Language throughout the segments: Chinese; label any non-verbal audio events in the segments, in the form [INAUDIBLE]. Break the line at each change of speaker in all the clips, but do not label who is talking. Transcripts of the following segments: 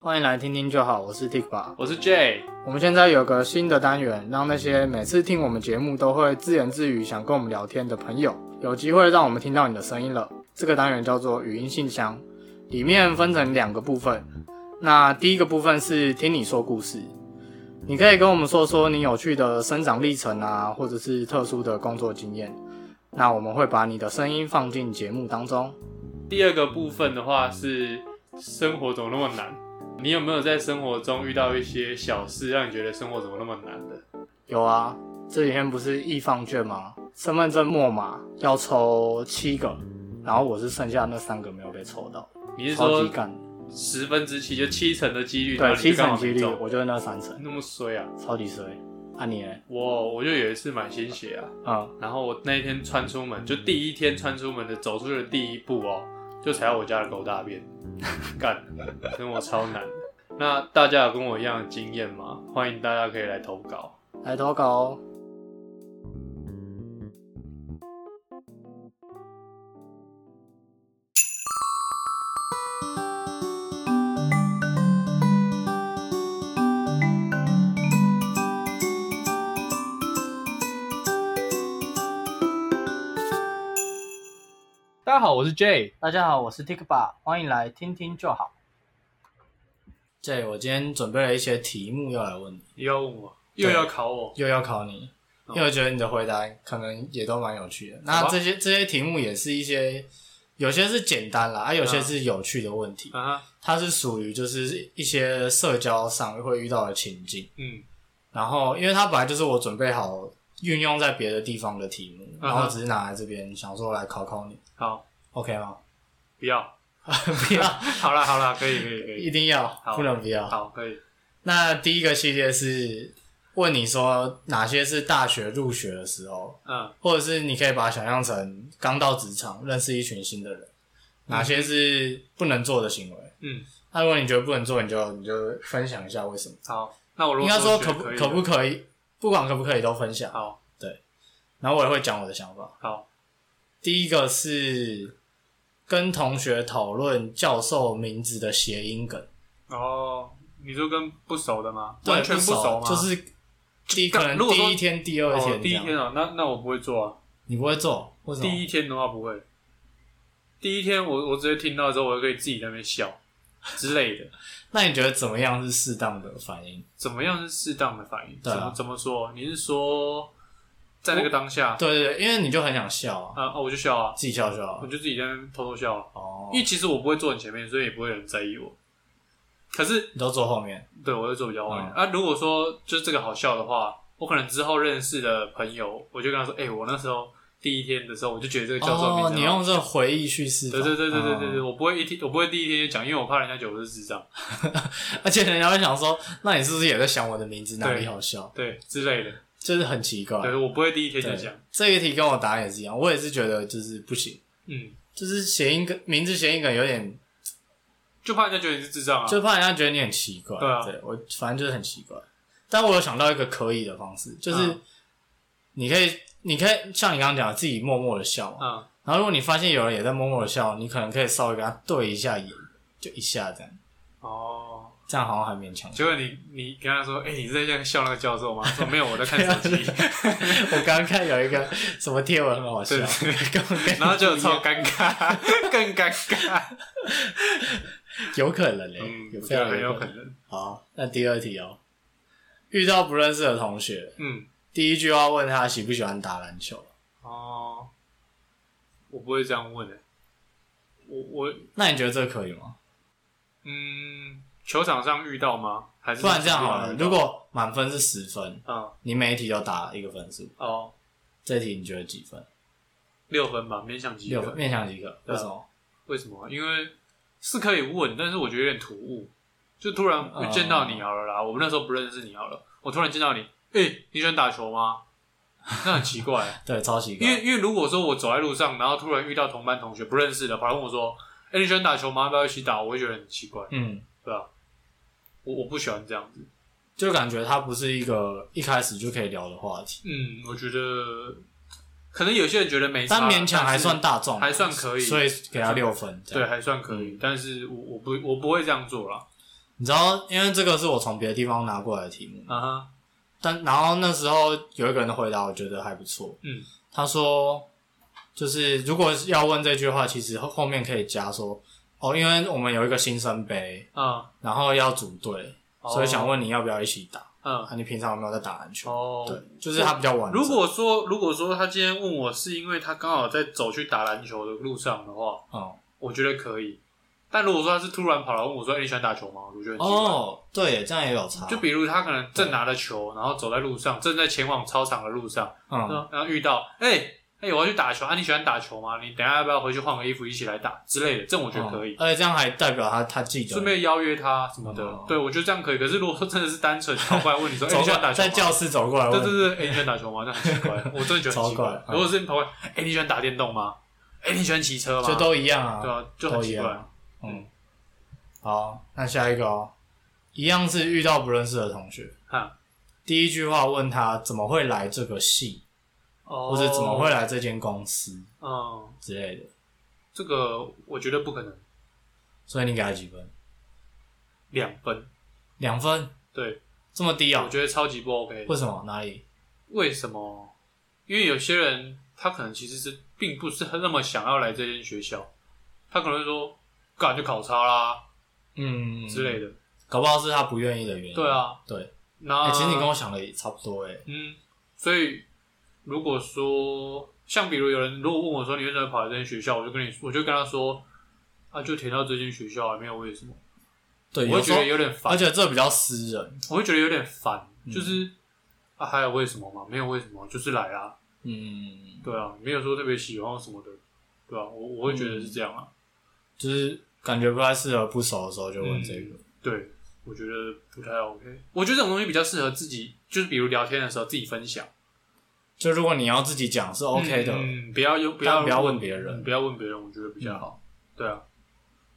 欢迎来听听就好，我是 Tikba。
我是 J，
我们现在有个新的单元，让那些每次听我们节目都会自言自语想跟我们聊天的朋友，有机会让我们听到你的声音了。这个单元叫做语音信箱，里面分成两个部分。那第一个部分是听你说故事，你可以跟我们说说你有趣的生长历程啊，或者是特殊的工作经验。那我们会把你的声音放进节目当中。
第二个部分的话是生活怎么那么难？你有没有在生活中遇到一些小事，让你觉得生活怎么那么难的？
有啊，这几天不是易放券吗？身份证末码要抽七个，然后我是剩下那三个没有被抽到，
你是
超
说
级干，
十分之七，就七成的几率，然
对，
后你
七
就刚
成
好
几
没
率
中，
我就是那三成，
那么衰啊！
超级衰。啊你嘞？
我我就有一次买新鞋啊，
嗯，
然后我那一天穿出门，就第一天穿出门的走出去的第一步哦，就踩到我家的狗大便， [LAUGHS] 干，跟我超难的。那大家有跟我一样的经验吗？欢迎大家可以来投稿。
来投稿哦。
大家好，我是 J。
大家好，我是 Tikba，欢迎来听听就好。J，我今天准备了一些题目要来问你，
又要问我，又要考我，
又要考你，因为我觉得你的回答可能也都蛮有趣的。那
好啊
这些这些题目也是一些，有些是简单啦，啊，有些是有趣的问题。
啊哈，
它是属于就是一些社交上会遇到的情境。
嗯，
然后，因为它本来就是我准备好运用在别的地方的题目，
嗯哼
然后只是拿来这边想说来考考你
好，
，OK 吗？
不要，
[LAUGHS] 不要，
[LAUGHS] 好啦，好啦，可以，可以，可以，
一定要
好，
不能不要。
好，可以，
那第一个系列是问你说哪些是大学入学的时候，
嗯，
或者是你可以把它想象成刚到职场认识一群新的人，哪些是不能做的行为。
嗯，
那如果你觉得不能做，你就你就分享一下为什么。
好，那我如
应
果
该说
学
可不
以
可不
了
可以，不管可不可以都分享。
好，
然后我也会讲我的想法。
好，
第一个是跟同学讨论教授名字的谐音梗，
哦，你说跟不熟的吗？
对
完全
不
熟吗？
就是第一
干
可能
如果说
第一天、第二
哦
天，这
第一
样，
天哦，那那我不会做啊。
你不会做，为什么？
第一天的话不会，第一天我我直接听到之后，我就可以自己在那边笑之类的。
那你觉得怎么样是适当的反应？
怎么样是适当的反应？
对
怎
啊
么怎么说？你是说在那个当下，
对对对，因为你就很想笑啊，
啊啊，我就笑啊，
自己笑笑
我
啊。
就自己在那边偷偷笑啊。
哦
因，为其实我不会坐很前面，所以也不会有人在意我。可是
你都坐后面，
对我会坐比较后面、
嗯
啊。如果说就是这个好笑的话，我可能之后认识的朋友，我就跟他说：“哎、我那时候第一天的时候，我就觉得这个教授名
哦
字、，
你用这个回忆叙事法，
对对对对对对对，
哦，
我不会一天我不会第一天就讲，因为我怕人家觉得我是智障，
啊而且人家会想说，那你是不是也在想我的名字哪里好笑？
对之类的。
就是很奇怪。
对，我不会第一天就
对
讲。
这一题跟我答案也是一样，我也是觉得就是不行，
嗯，
就是谐音梗名字谐音梗有点，
就怕人家觉得你是智障啊。
就怕人家觉得你很奇怪。
对啊
我反正就是很奇怪。但我有想到一个可以的方式，就是
嗯
你可以，你可以像你刚刚讲的，自己默默的笑嘛。
嗯，
然后如果你发现有人也在默默的笑，你可能可以稍微跟他对一下眼，就一下这样，
哦，
这样好像还勉强。
结果你你跟他说：“哎、你是在这样笑那个教授吗？”说没有，我在看手机。
[LAUGHS] 我刚刚看有一个什么贴文很好笑，
对
根本跟
然后就
你不一
超
样
尴尬，更尴尬。
有可能嘞、
[LAUGHS] 嗯，
有
我
非
觉得
常
很有
可
可
能。
能。
好，那第二题哦，遇到不认识的同学，
嗯，
第一句话问他喜不喜欢打篮球，
哦，我不会这样问的。我我
那你觉得这可以吗？
嗯，球场上遇到吗？还是
不然这样好了，
遇到
如果满分是十分，
嗯
你每一题都打一个分数，
哦
这题你觉得几分？
六分吧，勉强及
六分，
格。
面向几个？为
对啊
什么？
为什么？因为是可以问，但是我觉得有点突兀。就突然我见到你好了啦，我们那时候不认识你好了，我突然见到你，哎、你喜欢打球吗？那很奇怪。
对，超奇
因为
怪。
因为如果说我走在路上，然后突然遇到同班同学不认识的，跑来问我说：“哎、你喜欢打球吗？要不要一起打？”我会觉得很奇怪，
嗯，
对吧、我我不喜欢这样子。
就感觉它不是一个一开始就可以聊的话题，
嗯，我觉得可能有些人觉得没差，
但勉强还算
但
大众，
还算可以啊
所以给他六分。
嗯是对，，还算可以。但是我我不我不会这样做啦。
你知道，因为这个是我从别的地方拿过来的题目，
啊哈，
但然后那时候有一个人的回答，我觉得还不错。
嗯，
他说，就是如果要问这句话，其实后后面可以加说，哦，因为我们有一个新生杯，
啊，
然后要组队，
哦
所以想，问你要不要一起打？
嗯，
啊，你平常有没有在打篮球？
哦，
对，就是他比较晚。
如果说如果说他今天问我是因为他刚好在走去打篮球的路上的话，
哦
我觉得可以。但如果说他是突然跑来问我说：“哎、你喜欢打球吗？”我觉得很奇怪。
哦，对耶，这样也有差。
就比如他可能正拿着球，然后走在路上，正在前往操场的路上，
嗯，
然后遇到，哎、哎、我要去打球啊！你喜欢打球吗？你等一下要不要回去换个衣服一起来打之类的？这种我觉得可以
哦，而且这样还代表他他记得
顺、便邀约他什么的。
哦
对，我觉得这样可以。可是如果说真的是单纯跑过来问你说：“哎、
走
你喜欢
过
打球
在
吗？”
教室走过来
对
问，
对对，哎、你哎喜欢打球吗？那很奇怪，我真的觉得
[LAUGHS] 超
很奇
怪
怪。
嗯
如果是你朋友，哎、你喜欢打电动吗？哎、你喜欢骑车吗？
就都一样啊。
对啊，就很
都一
奇怪
样。。嗯，好，那下一个哦，一样是遇到不认识的同学，
哈，
第一句话问他怎么会来这个系，
哦
或者怎么会？来这间公司
嗯，
之类的，
这个我觉得不可能，
所以你给他几分？
两分。
两分，
对，
这么低
我
哦？
觉得超级不 OK。
为什么？哪里？
为什么？因为有些人他可能其实是并不是那么想要来这间学校，他可能会说干就考差啦
嗯，
之类
的，
的。
搞不好是他不愿意的原因。
对，啊，
对。
那、
哎，其实你跟我想的也差不多哎。
嗯，所以如果说像比如有人如果问我说你为什么跑来这间学校，我就跟你我就跟他说啊，就填到这间学校啊，没有为什么，
对，
我会
有时
觉
候
得有点烦
而，且嗯这比较私人。
我会觉得有点烦，就是、啊还有为什么嘛，没有为什么，就是来啦，
嗯，
对啊，没有说特别喜欢什么的，对啊，我我会觉得是这样啊。
就是感觉不太适合不熟的时候就问这个。
对，我觉得不太 OK。我觉得这种东西比较适合自己，就是比如聊天的时候自己分享
就如果你要自己讲是 OK 的，
嗯，不要用不要
但不要问别人嗯
嗯不要问别人，我觉得比较好。对啊，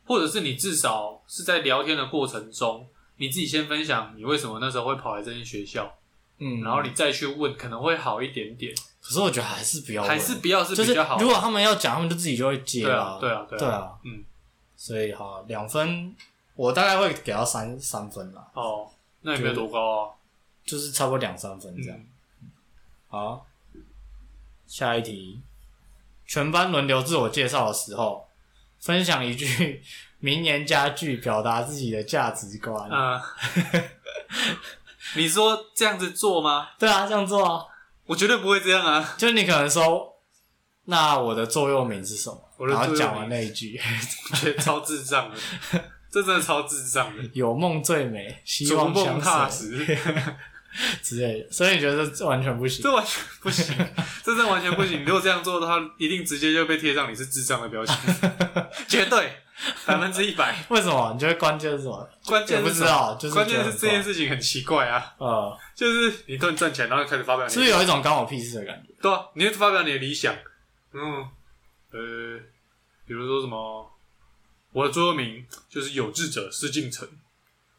或者是你至少是在聊天的过程中，你自己先分享你为什么那时候会跑来这间学校，
嗯，
然后你再去问，可能会好一点点。
可是我觉得还是不要问，
还是比较是
就是
比较好
如。果他们要讲，他们就自己就会接
对啊
啊，，
对啊，对
对
啊。
啊，
嗯，
所以哈，两分我大概会给到三三分啦，
哦，那也没有多高啊。
就是差不多两三分这样。
嗯，
好，下一题，全班轮流自我介绍的时候，分享一句 [LAUGHS] 名言佳句，表达自己的价值观。
嗯 [LAUGHS] 你说这样子做吗？
对啊，这样做啊，
我绝对不会这样啊。
就是你可能说。那我的座右铭是什么？
我的
然后
座右
讲
铭
完那一句， [LAUGHS]
[LAUGHS] 觉得超智障的，这真的超智障的，
有梦最美， [LAUGHS] 希
逐
望
梦踏
相随
实，
之类的，所以你觉得这完全不行？
这完全不行，这真的完全不行。你如果这样做的话，一定直接就被贴上你是智障的标签，
[LAUGHS]
绝对百分之一百。
为什么？你觉得关键是什么？
关键
也
是
不知道，就是
关键
觉得
是
很
这件
怪
事情很奇怪啊，
呃，
就是你突然赚钱，然后开始发表你的，
是不是有一种关我屁事的感觉？
对啊，你会发表你的理想，嗯，呃，比如说什么，我的座右铭就是有志者事竟成。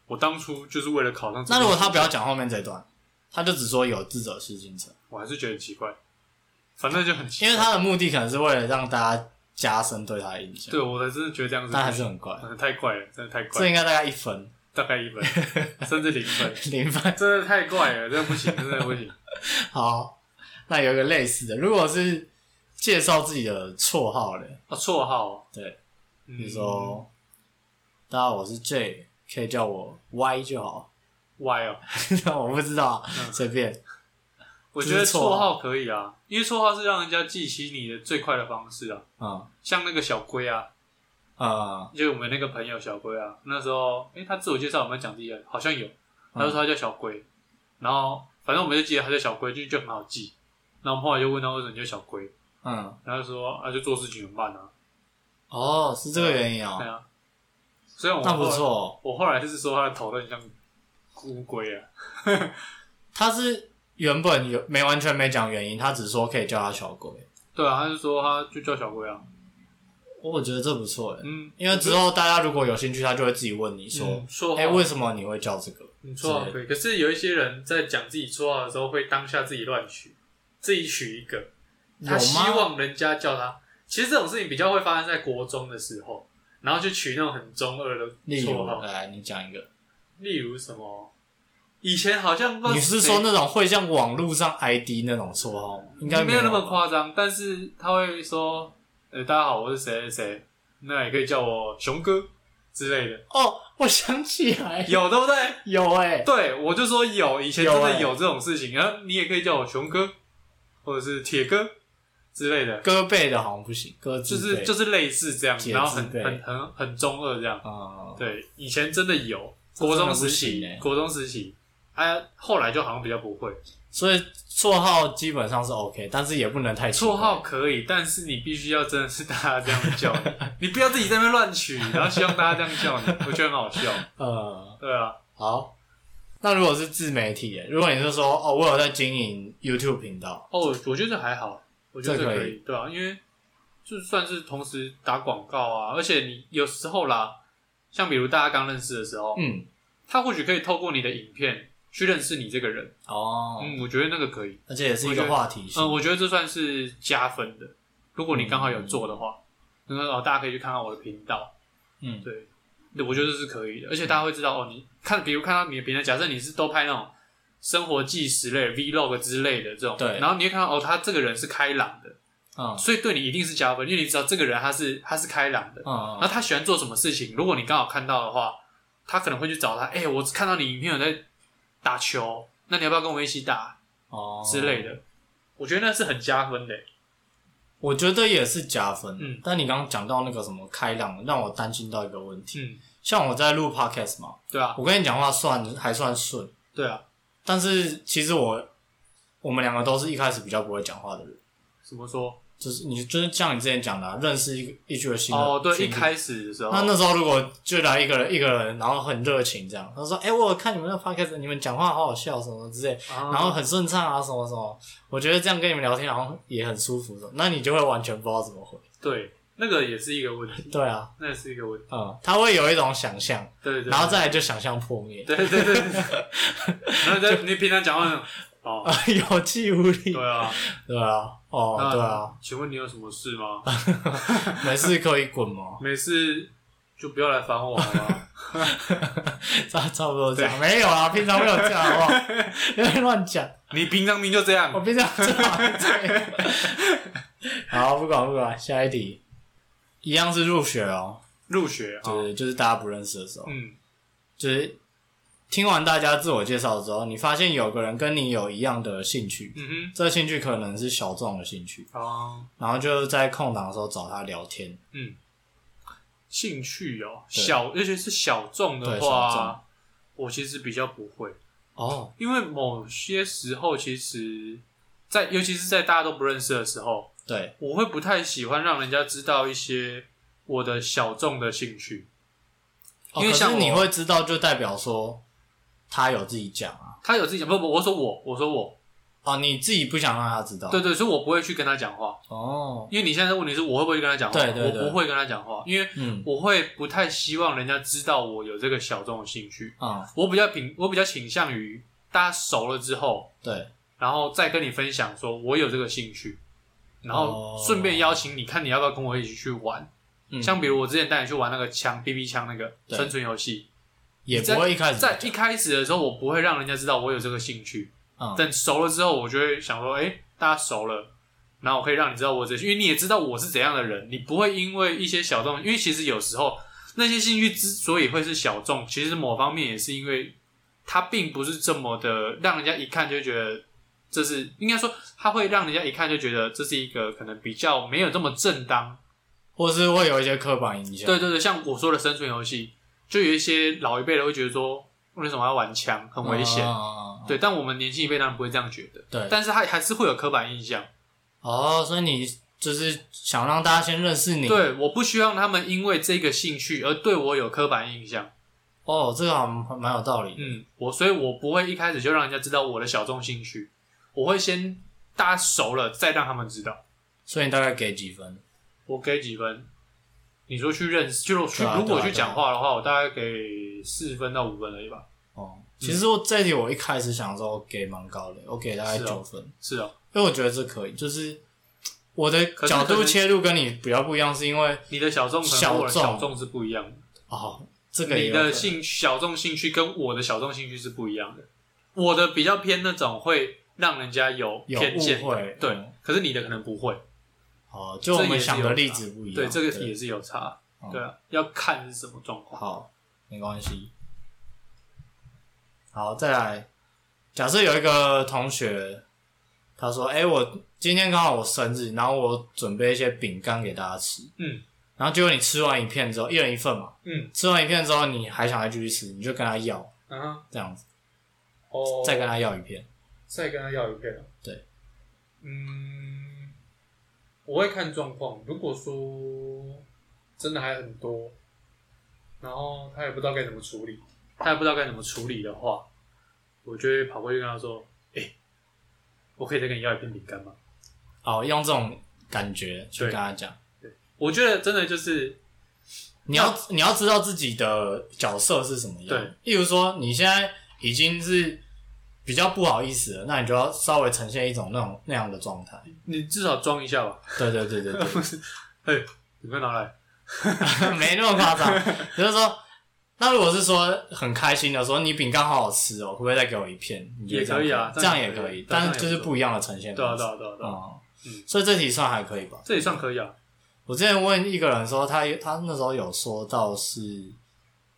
我当初就是为了考上这个学校。
那如果他不要讲后面这段，他就只说有志者事竟成，
我还是觉得很奇怪，反正就很奇怪。
因为他的目的可能是为了让大家加深对他的印象，
对我才真的觉得这样子
但还是很怪。
嗯太怪了，真的太怪
这
了，
应该大概一分 [LAUGHS]
大概一分，甚至零分，
零分。
真的太怪了，真的不行，真的不行。
好，那有一个类似的，如果是介绍自己的绰号嘞，
啊，绰号，
对，
嗯
比如说，大家好，我是 J，可以叫我 Y 就好。 [LAUGHS]
Y 哦，
我不知道啊，随便。
我觉得
就是绰
绰
号
号可以啊，因为绰号是让人家记起你的最快的方式啊。
嗯
像那个小龟啊，
啊
就是我们那个朋友小龟啊，那时候，诶、他自我介绍有没有讲自己的？好像有，他就说他叫小
嗯
龟，然后反正我们就记得他叫小龟，就就很好记。那我们后来就问他为什么叫小龟，
嗯。
然后说啊，就做事情很慢啊，
哦，是这个原因哦
对，啊。虽然我
那不
后来，
错。哦
我后来是说他的头都很像乌龟啊，
他是原本有没完全没讲原因，他只说可以叫他小鬼。
对啊，他就说他就叫小龟啊，
我觉得这不错诶，
嗯，
因为之后大家如果有兴趣，他就会自己问你说
嗯，绰：“
哎、
号，
为什么你会叫这个
嗯绰号可以，可是有一些人在讲自己绰号的时候，会当下自己乱取，自己取一个，？”
有
他希
吗？
望人家叫他。其实这种事情比较会发生在国中的时候，然后就取那种很中二的
例如哎
绰，号，
来你讲一个
例如什么，以前好像不知道
你是说
谁
那种会像网络上 ID 那种绰号吗？应该
没
有
有那么
吧
夸张，但是他会说：“呃、大家好，我是谁谁谁，那也可以叫我熊哥之类的，
哦，我想起来，
有对不对？”
[LAUGHS] 有哎、
对，我就说有，以前
有
真的
欸
有这种事情，然后你也可以叫我熊哥，或者是铁哥之类的，
胳膊的好像不行，胳肢
就是就是类似这样，
铁
然后
字
很
辈
很很很中二这样。
啊、嗯，
对，以前真的有，
这
国
真的
中
不
时期，
行欸
国中时期，哎、后来就好像比较不会。
所以绰号基本上是 OK，但是也不能太奇怪
绰号可以，但是你必须要真的是大家这样叫你，你不要自己在那边乱取，然后希望大家这样叫你，我觉得很好笑。
呃
对啊，
好。那如果是自媒体耶，如果你是说哦，我有在经营 YouTube 频道，
哦，我觉得还好，我觉得
这可以
可以，对啊，因为就算是同时打广告啊，而且你有时候啦，像比如大家刚认识的时候，
嗯，
他或许可以透过你的影片去认识你这个人，
哦，
嗯，我觉得那个可以，
而且也是一个话题性，
嗯，我觉得这算是加分的，如果你
嗯
刚好有做的话，那、哦，大家可以去看看我的频道。
嗯，
对，对我觉得这是可以的，而且大家会知道哦，你看，比如看到你的平台，假设你是都拍那种生活纪实类、vlog 之类的这种，
对
然后你会看到哦，他这个人是开朗的，
嗯
所以对你一定是加分，因为你知道这个人他是他是开朗的，
嗯
然后他喜欢做什么事情，如果你刚好看到的话，他可能会去找他，哎、我看到你影片有在打球，那你要不要跟我一起打
哦
啊之类
的，
的？我觉得那是很加分的，
我觉得也是加分。
嗯
但你刚刚讲到那个什么开朗，让我担心到一个问题，
嗯，
像我在录 Podcast 嘛，
对啊，
我跟你讲话算还算顺，
对啊，
但是其实我我们两个都是一开始比较不会讲话的人，
怎么说？就是
你就是像你之前讲的、啊，认识一个一群新的
哦，对，
群
一
体
开始的时候，
那那时候如果就来一个人一个人，然后很热情这样，他说：“哎、我有看你们那个 podcast，你们讲话好好笑什么之类，
啊
然后很顺畅啊什么什么，我觉得这样跟你们聊天好像也很舒服什么。”那你就会完全不知道怎么回。
对，那个也是一个问 [LAUGHS] 题，
对啊，
那也是一个问题。
嗯，他会有一种想象，
对对对，
然后再来就想象破灭，
对对对对， [LAUGHS] 然后在你平常讲话那种哦，
啊， [LAUGHS] 有气无力。
对啊，
对啊，哦，
那
对啊，，
请问你有什么事吗？嗯
没事可以滚吗？ [LAUGHS]
没事就不要来烦我好吗？
差差不多这样，没有啊，平常没有这样，好不好？不
[LAUGHS]
要 [LAUGHS] 乱讲，
你平常明就这样
我， [LAUGHS] 平常最好是这样。好，不管不管，下一题，一样是入学哦，
入学啊，
就是就是大家不认识的时候，
嗯，
就是听完大家自我介绍之后，你发现有个人跟你有一样的兴趣，
嗯
这个兴趣可能是小众的兴趣，
哼，哦，
然后就在空档的时候找他聊天，
兴趣哦，
对
小，而且是小众的
对小
话，我其实比较不会，
哦，
因为某些时候其实，在尤其是在大家都不认识的时候，
对，
我会不太喜欢让人家知道一些我的小众的兴趣。
哦
因为
可
像
是
我
你会知道，就代表说他有自己讲啊，
他有自己不不，我说我，我说我，
哦，你自己不想让他知道，
对对，所以我不会去跟他讲话，
哦，
因为你现在的问题是我会不会跟他讲话，
对对对
我不会跟他讲话，因为
嗯
我会不太希望人家知道我有这个小众的兴趣。
啊、
我比较平，我比较倾向于大家熟了之后，
对，
然后再跟你分享说我有这个兴趣，然后
哦
顺便邀请你看你要不要跟我一起去玩。
嗯
像比如我之前带你去玩那个枪 BB 枪那个
对
生存游戏，
也不会一开始
在一开始的时候，我不会让人家知道我有这个兴趣。
嗯
等熟了之后，我就会想说，哎、大家熟了，然后我可以让你知道我这，因为你也知道我是怎样的人，你不会因为一些小众，因为其实有时候那些兴趣之所以会是小众，其实某方面也是因为它并不是这么的让人家一看就觉得这是应该说，它会让人家一看就觉得这是一个可能比较没有这么正当
或是会有一些刻板印象，
对对对，像我说的生存游戏，就有一些老一辈的会觉得说，为什么要玩枪，很危险。
嗯
对，但我们年轻一辈当然不会这样觉得，
对
但是他还是会有刻板印象。
哦，所以你就是想让大家先认识你，，
对，我不希望他们因为这个兴趣而对我有刻板印象。
哦，这个好像蛮有道理的，
嗯，我所以，我不会一开始就让人家知道我的小众兴趣，我会先大家熟了再让他们知道。
所以你大概给几分？
我给几分？你说去认识，就是去、
对啊
如果
对啊
去讲话的话，我大概给四分到五分而已吧。
哦，其实我这题我一开始想的时候给蛮高的，我给大概
是哦
九分，
是啊，
因为我觉得这可以，就是我的
可是
角
可
度
是
切入跟你比较不一样，是因为
你的小众可能跟我的
小众
小众是不一样的。
哦，这个也
你
有可
的
能
兴小众兴趣跟我的小众兴趣是不一样的。我的比较偏那种会让人家有
有
偏见
误会
的，对
嗯。
可是你的可能不会，
哦，就我们想的例子不一样。
对，这个也是有差，
嗯
对啊，要看是什么状况。
好，没关系。好，再来，假设有一个同学，他说：“哎、我今天刚好我生日，然后我准备一些饼干给大家吃。”
嗯，
然后结果你吃完一片之后，一人一份嘛。
嗯，
吃完一片之后，你还想再继续吃，你就跟他要
嗯哼，
这样子，
哦，
再跟他要一片。
再跟他要一片哦。
对，
嗯，我会看状况。如果说真的还很多，然后他也不知道该怎么处理，他也不知道该怎么处理的话，我就会跑过去跟他说：“哎、我可以再跟你要一片饼干吗
哦，用这种感觉去
对
跟他讲。？”
我觉得真的就是
你要你要知道自己的角色是什么样。
对，
例如说你现在已经是比较不好意思了，那你就要稍微呈现一种那种那样的状态。
你至少装一下吧，
对对对对
[LAUGHS]
对，
你快拿来。
没那么夸张，
[LAUGHS]
就是说。那如果是说很开心的说，你饼干好好吃哦，可不可以再给我一片？你觉得这样
也可以啊
这样
这
也
样也
可
可以
以，但
这样
是
也
就是
不错
不一样的呈现
对啊，
方式。
对啊，对啊，对啊，
哦
嗯
所以这题算还可以吧？
这也算可以啊。
我之前问一个人说他，他那时候有说到是，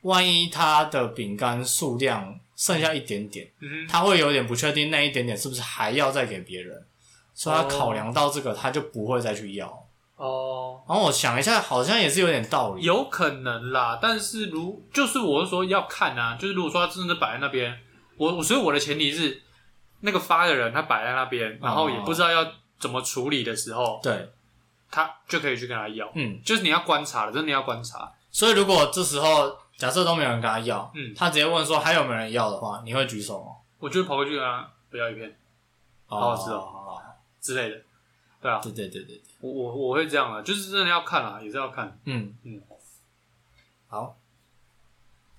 万一他的饼干数量剩下一点点，
嗯哼，
他会有点不确定那一点点是不是还要再给别人，所以他
哦
考量到这个，他就不会再去要。
哦、
然后我想一下，好像也是有点道理。
有可能啦，但是如就是我是说要看啊，就是如果说他真的摆在那边，我我所以我的前提是那个发的人他摆在那
哦
边，然后也不知道要怎么处理的时候，
对，
他就可以去跟他要，
嗯，
就是你要观察了，真的要观察。
所以如果这时候假设都没有人跟他要，
嗯
他直接问说还有没有人要的话，你会举手吗？
我就会跑过去跟他不要一片好好吃哦
哦，
之类的，对啊，
对对对对对，
我我我会这样啊，就是真的要看啊，也是要看。
嗯
嗯，
好，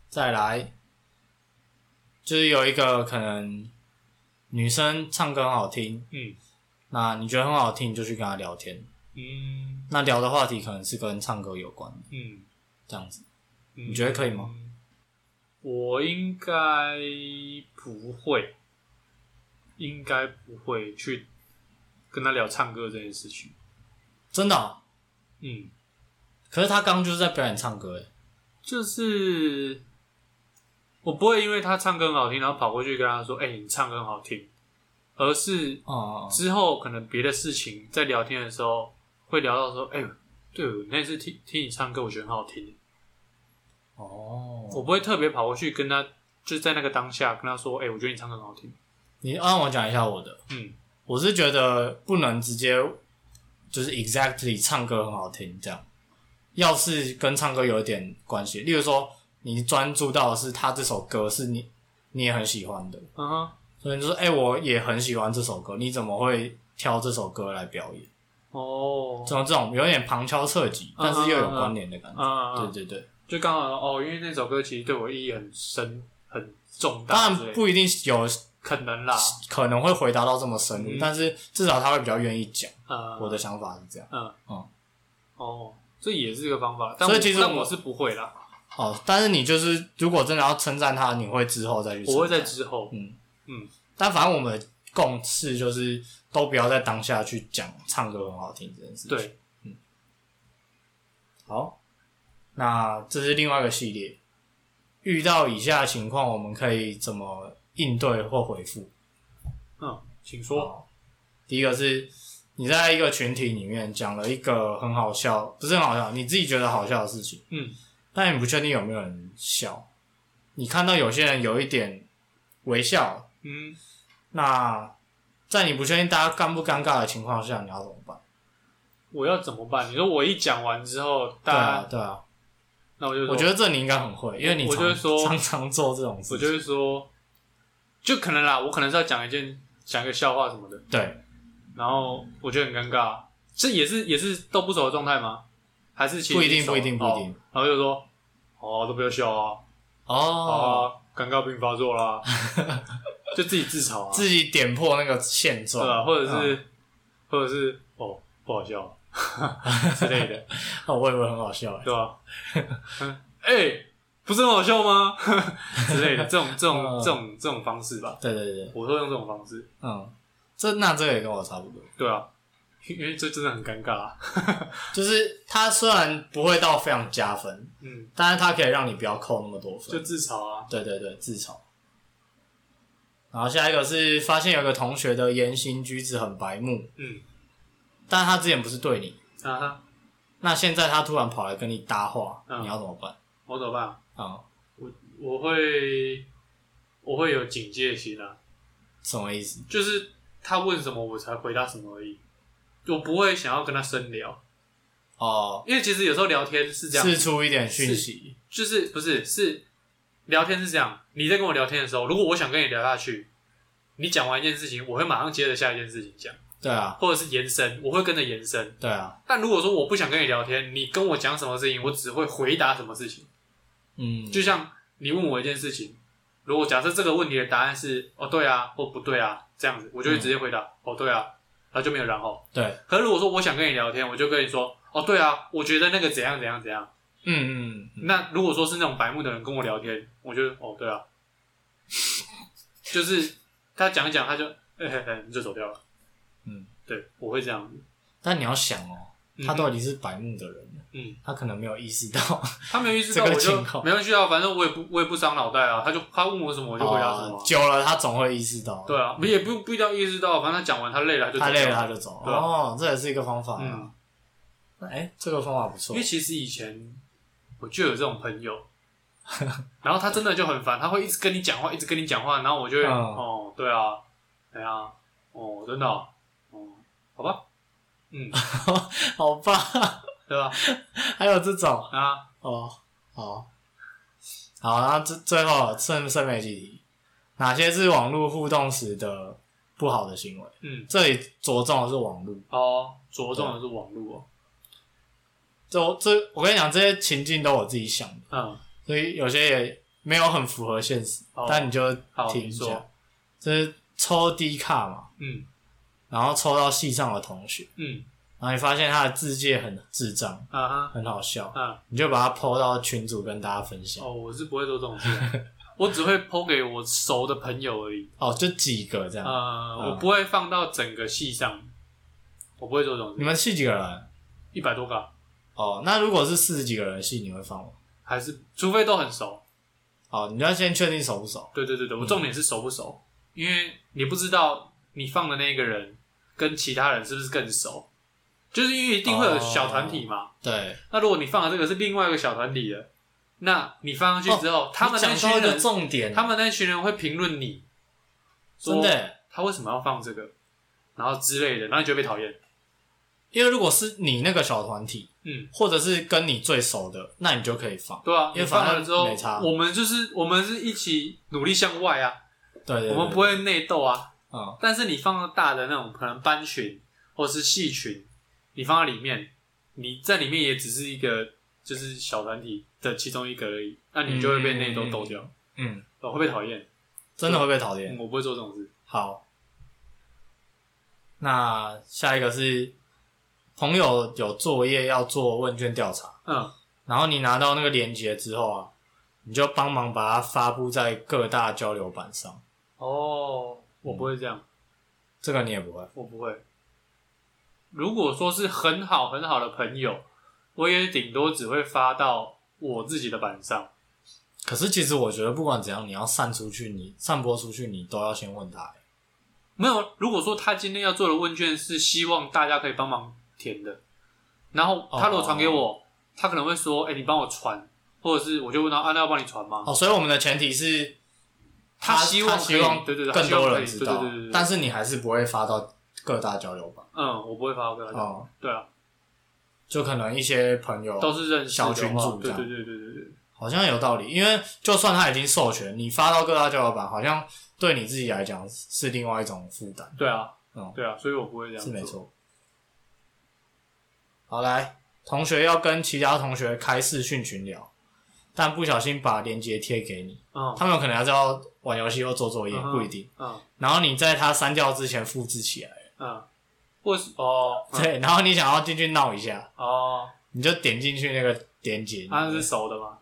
再来，就是有一个可能女生唱歌很好听，
嗯
那你觉得很好听，你就去跟她聊天。
嗯
那聊的话题可能是跟唱歌有关的，
嗯，
这样子，
你
你觉得可以吗？
我应该不会，应该不会去跟他聊唱歌这件事情。
真的哦、
嗯，
可是他刚刚就是在表演唱歌，诶，欸
就是我不会因为他唱歌很好听，然后跑过去跟他说：“哎、你唱歌很好听。”而是
哦、
之后可能别的事情在聊天的时候会聊到说：“哎、对，我那次听听你唱歌，我觉得很好听。”我
哦，
不会特别跑过去跟他，就是在那个当下跟他说：“哎、我觉得你唱歌很好听。
你让我讲一下我的，”
嗯，
我是觉得不能直接就是 exactly 唱歌很好听这样，要是跟唱歌有一点关系，例如说你专注到的是他这首歌是你你也很喜欢的，
嗯哼，
所以你就说哎、诶我也很喜欢这首歌，你怎么会挑这首歌来表演？
哦，
这种这种有点旁敲侧击，但是又有关联的感觉，
嗯啊、嗯，
对对对。
就刚好哦，因为那首歌其实对我意义很深、很重大，
当然不一定有
可能啦。
可能会回答到这么深入，
嗯
但是至少他会比较愿意讲。
呃，
我的想法是这样
哦，这也是一个方法，但
所以
我
其实
但
我
我是不会啦，
哦，但是你就是如果真的要称赞他，你会之后再去称赞，
我会在之后。
嗯
嗯，
但反正我们的共识就是都不要在当下去讲唱歌很好听这件事情。，
对，
嗯好，那这是另外一个系列。遇到以下情况，我们可以怎么应对或回复？
嗯，请说。
好第一个是你在一个群体里面讲了一个很好笑，不是很好笑，你自己觉得好笑的事情，
嗯，
但你不确定有没有人笑。你看到有些人有一点微笑，
嗯，
那在你不确定大家尴不尴尬的情况下，你要怎么办？
我要怎么办？你说我一讲完之后，
对
大
啊
家，
对啊，
那我就说
我觉得这你应该很会，因为你
我
常
就会说
常常做这种事
我就
情。
会说，就可能啦，我可能是要讲一件讲一个笑话什么的，
对，
然后我觉得很尴尬，这也是也是都不熟的状态吗？还是其实
不一定
熟
不一定不一定
哦然后就说，哦，都不要笑啊，
哦，
啊，尴尬病发
[LAUGHS]
作啦，就自己自嘲啊，
自嗯己点破那个现
对啊，
状，
或者是、或者是哦不好笑
[LAUGHS] 嗯
啊之类的，
哦，我以为很好笑欸，
对吧、嗯哎、不是很好笑吗？ [LAUGHS] 之类的，这种这种
嗯
这种这种方式吧，
对对对，对
我都用这种方式。
嗯，这那这个也跟我差不多，
对啊，因因为这真的很尴尬啊。
就是它虽然不会到非常加分，
嗯，
但是它可以让你不要扣那么多
就
分。
自嘲啊。
对对对，自嘲。然后下一个是发现有个同学的言行举止很白目，
嗯，
但他之前不是对你，
啊哈，
那现在他突然跑来跟你搭话，
嗯
你要怎么办？
我怎么办？
啊、
我我会我会有警戒心啊，
什么意思？
就是他问什么我才回答什么而已，我不会想要跟他深聊，
哦，
因为其实有时候聊天是这样，
试出一点讯息，
就是不是是聊天是这样，你在跟我聊天的时候，如果我想跟你聊下去，你讲完一件事情，我会马上接着下一件事情讲，
对啊，
或者是延伸，我会跟着延伸。
对啊，
但如果说我不想跟你聊天，你跟我讲什么事情，我只会回答什么事情。
嗯，
就像你问我一件事情，如果假设这个问题的答案是哦对啊或不对啊这样子，我就会直接回答、哦对啊，然后就没有然后。
对，
可是如果说我想跟你聊天，我就跟你说哦对啊，我觉得那个怎样怎样怎样。
嗯嗯嗯，
那如果说是那种白目的人跟我聊天，我就哦对啊，就是他讲一讲他就 [LAUGHS] 嘿嘿嘿你就走掉了。
嗯，
对，我会这样子。
但你要想哦，
嗯
他都已经是白目的人了，
嗯，
他可能没有意识到，
他没有意识到，
这
我
个
就
情况
没关系啊，反正我也不我也不伤脑袋啊。他就他问 [LAUGHS] 我什么我就回答什么啊、
哦久了他总会意识到，
对啊，也不不一定要意识到，反正他讲完他累了他就走
哦他
掉
累了他就走，
对啊
哦，这也是一个方法啊
嗯。，
那哎、这个方法不错
因为，其实以前我就有这种朋友，然后他真的就很烦，他会一直跟你讲话，一直跟你讲话，然后我就会、
嗯
哦，对啊，哎呀、哦，真的哦、哦，好吧，嗯，
[LAUGHS] 好吧，
对吧？
还有这种
啊，
哦，好，好，然后最最后剩剩没几题，哪些是网络互动时的不好的行为？
嗯，
这里着重的是网络。
哦，着重的是网络哦
就这，我跟你讲，这些情境都我自己想的，
哦，
所以有些也没有很符合现实，
哦
但你就
[LAUGHS] 好
听
你
一
说
下。这是抽低卡嘛，
嗯
然后抽到系上的同学，
嗯嗯
然后你发现他的字界很智障，
啊哈
很好笑，
啊，
你就把它抛到群组跟大家分享。
哦，我是不会做这种事啊、我只会抛给我熟的朋友而已。
哦，就几个这样。
呃，
嗯
我不会放到整个系上，我不会做这种
你
事。
们系几个人？
一百多个啊
哦，那如果是四十几个人的系，你会放吗？
还是，除非都很熟。
哦，你要先确定熟不熟。
对对对
嗯
对，我重点是熟不熟，因为你不知道你放的那个人跟其他人是不是更熟，就是因为一定会有小团体
哦
嘛。
对，
那如果你放的这个是另外一个小团体的，那你放上去之后，他们那
哦你讲到
群
一个
人，
重点，
他们那群人会评论你，
真的耶，
他为什么要放这个，然后之类的，然后你就会被讨厌。
因为如果是你那个小团体，
嗯，
或者是跟你最熟的，那你就可以放。
对啊，
因为
你放
反正
了之后
没差，
我们就是我们是一起努力向外啊，
对对对，
我们不会内斗啊。
嗯
但是你放到大的那种可能班群或是系群，你放到里面，你在里面也只是一个就是小团体的其中一个而已，那你就会被内斗斗掉，
嗯，
我、会被讨厌、
真的会被讨厌。
嗯我不会做这种事。
好，那下一个是朋友有作业要做问卷调查，
嗯，
然后你拿到那个链接之后啊，你就帮忙把它发布在各大交流板上。
哦，我不会这样，
这个你也不会，
我不会。如果说是很好很好的朋友，我也顶多只会发到我自己的板上。
可是其实我觉得不管怎样，你要散出去，你散播出去，你都要先问他、欸
没有，如果说他今天要做的问卷是希望大家可以帮忙填的，然后他如果传给我，他可能会说：“哎、你帮我传。”或者是我就问他：“啊，那要帮你传吗
哦，所以我们的前提是
他希望
他希望
可以对对对他
更
希望
多
可
人
以
知
对
道
对对对，对
但是你还是不会发到各大交流吧？？”
嗯，我不会发到给他。
哦，
对啊，
就可能一些朋友
都是认识的话
小群组这
对
样
对对对对对，
好像有道理，因为就算他已经授权，你发到各大交流版，好像对你自己来讲是另外一种负担，
对啊，
嗯
对啊，所以我不会这样
是
做。
没错。好，来，同学要跟其他同学开视讯群聊，但不小心把链接贴给你，
嗯
他们可能还是要玩游戏或做作业，
嗯哼
不一定。
嗯
然后你在他删掉之前复制起来，
嗯，或是哦嗯
对，然后你想要进去闹一下，
哦，
你就点进去那个连接，
他是熟的吗？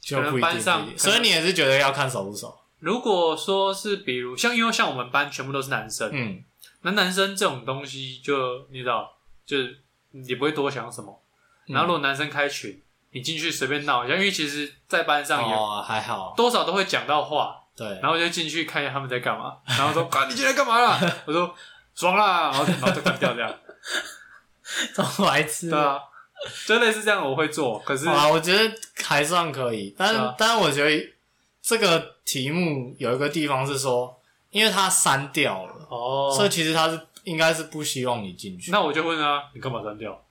就
啊可
不
能
一
班
定
上
不一定
可能
所以你也是觉得要看手不手？
如果说是比如像因为像我们班全部都是男生，
嗯，
那男生这种东西就你知道，就是也不会多想什么。
嗯
然后如果男生开群，你进去随便闹一下，因为其实，在班上也
哦还好，
多少都会讲到话，
对
然，后我就进去看一下他们在干嘛，然后说：“哥，你今天干嘛啦？” [LAUGHS] 我说：“爽啦！”然后然后就关掉这样。
[LAUGHS] [LAUGHS] 这种白痴
对啊，就类似这样我会做，可是
好啊，我觉得还算可以，但
是啊
但我觉得这个题目有一个地方是说，因为它删掉了，
哦
所以其实它是应该是不希望你进去。
那我就问啊，你干嘛删掉？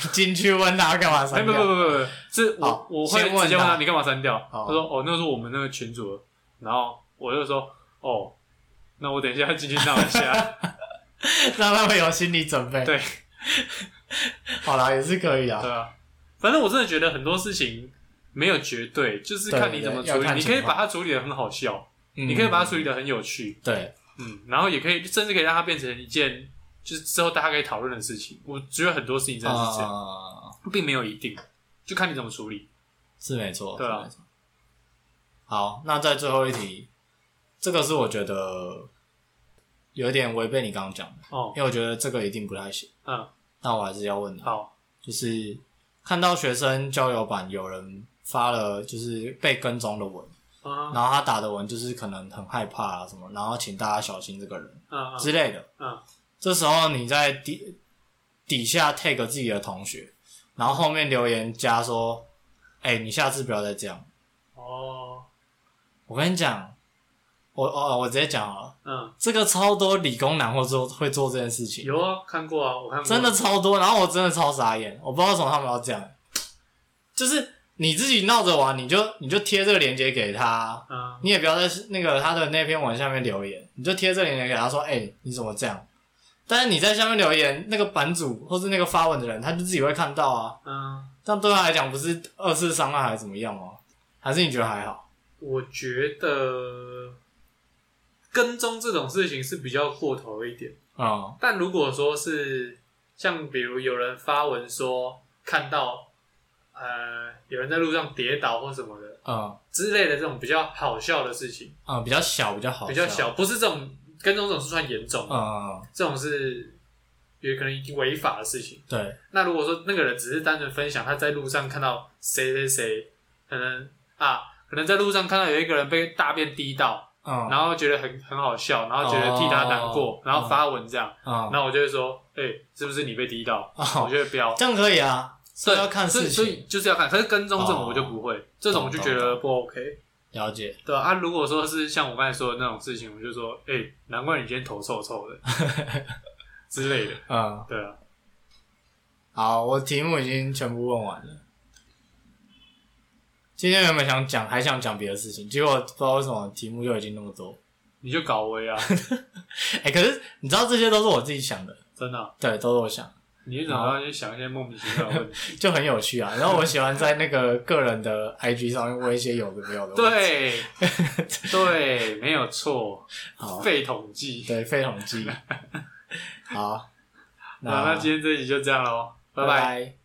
[LAUGHS] 进去问他干嘛
哎，
删
不不不
掉？
不不，是
好
我我会
先问
直接问
他
他你干嘛删掉？
哦
他说哦，那是我们那个群主的，然后我就说哦，那我等一下进去闹一下，
[LAUGHS] 让他们有心理准备。
对，
[LAUGHS] 好啦，也是可以啊
对。啊，反正我真的觉得很多事情没有绝对，就是
对
看你怎么
对
处
要
理，
看
你
情
可以
况
把它处理的很好笑，
你
你可以把它处理的很有趣，
嗯对，
嗯，然后也可以甚至可以让它变成一件就是之后大家可以讨论的事情。我觉得很多事情真的是这样。
啊，
并没有一定，就看你怎么处理。
是没错，
对啊
是没错。好，那在最后一题，这个是我觉得有点违背你刚刚讲的，
哦，
因为我觉得这个一定不太行。
嗯，
那我还是要问你，
好，
就是看到学生交流版有人发了就是被跟踪的文，
嗯
然后他打的文就是可能很害怕啊什么，然后请大家小心这个人
嗯
之类的。
嗯
这时候你在底底下 tag 自己的同学，然后后面留言加说：“哎、你下次不要再这样。
哦，”
我跟你讲，我哦，我直接讲了，
嗯，
这个超多理工男会做会做这件事情，
有啊，看过啊，我看过，
真的超多。然后我真的超傻眼，我不知道为什么他们要这样，就是你自己闹着玩，你就你就贴这个链接给他，
嗯，
你也不要在那个他的那篇文下面留言，你就贴这链接给他说，哎、你怎么这样？但是你在下面留言，那个版主或是那个发文的人，他就自己会看到啊，
嗯，
这样对他来讲不是二次伤害还是怎么样吗？还是你觉得还好？
我觉得跟踪这种事情是比较过头一点，
嗯
但如果说是像比如有人发文说看到呃有人在路上跌倒或什么的
嗯
之类的这种比较好笑的事情，
嗯，比较小，比较好，
比较，小，不是这种跟踪这种是算严重的，
嗯，
这种是有可能已经违法的事情。
对，
那如果说那个人只是单纯分享他在路上看到谁谁谁，可能啊，可能在路上看到有一个人被大便滴到，
嗯，
然后觉得很很好笑，然后觉得替他难过，
哦
然后发文这样，
嗯，哦
那我就会说，哎、是不是你被滴到？我就会标。
这样可以啊，是
对，
要看
所以
事
所
情
以就是要看，可是跟踪这种
哦
我就不会，这种我就觉得不 OK，
了解，
对啊啊，如果说是像我刚才说的那种事情，我就说，哎、难怪你今天头臭
[LAUGHS]
臭的之类的，
嗯，
对啊，
好，我题目已经全部问完了。今天原本想讲，还想讲别的事情，结果不知道为什么题目就已经那么多。
你就搞
[LAUGHS]
威啊，
哎、可是你知道这些都是我自己想的，
真的啊、
对，都是我想，
你是怎么要去想一些莫名其妙的问题？
就很有趣啊。然后我喜欢在那个个人的 IG 上面问一些有的没有的。，
对，对，没有错，
好，
废统计。
对，废统计。好，
那那今天这集就这样喽，拜拜。
拜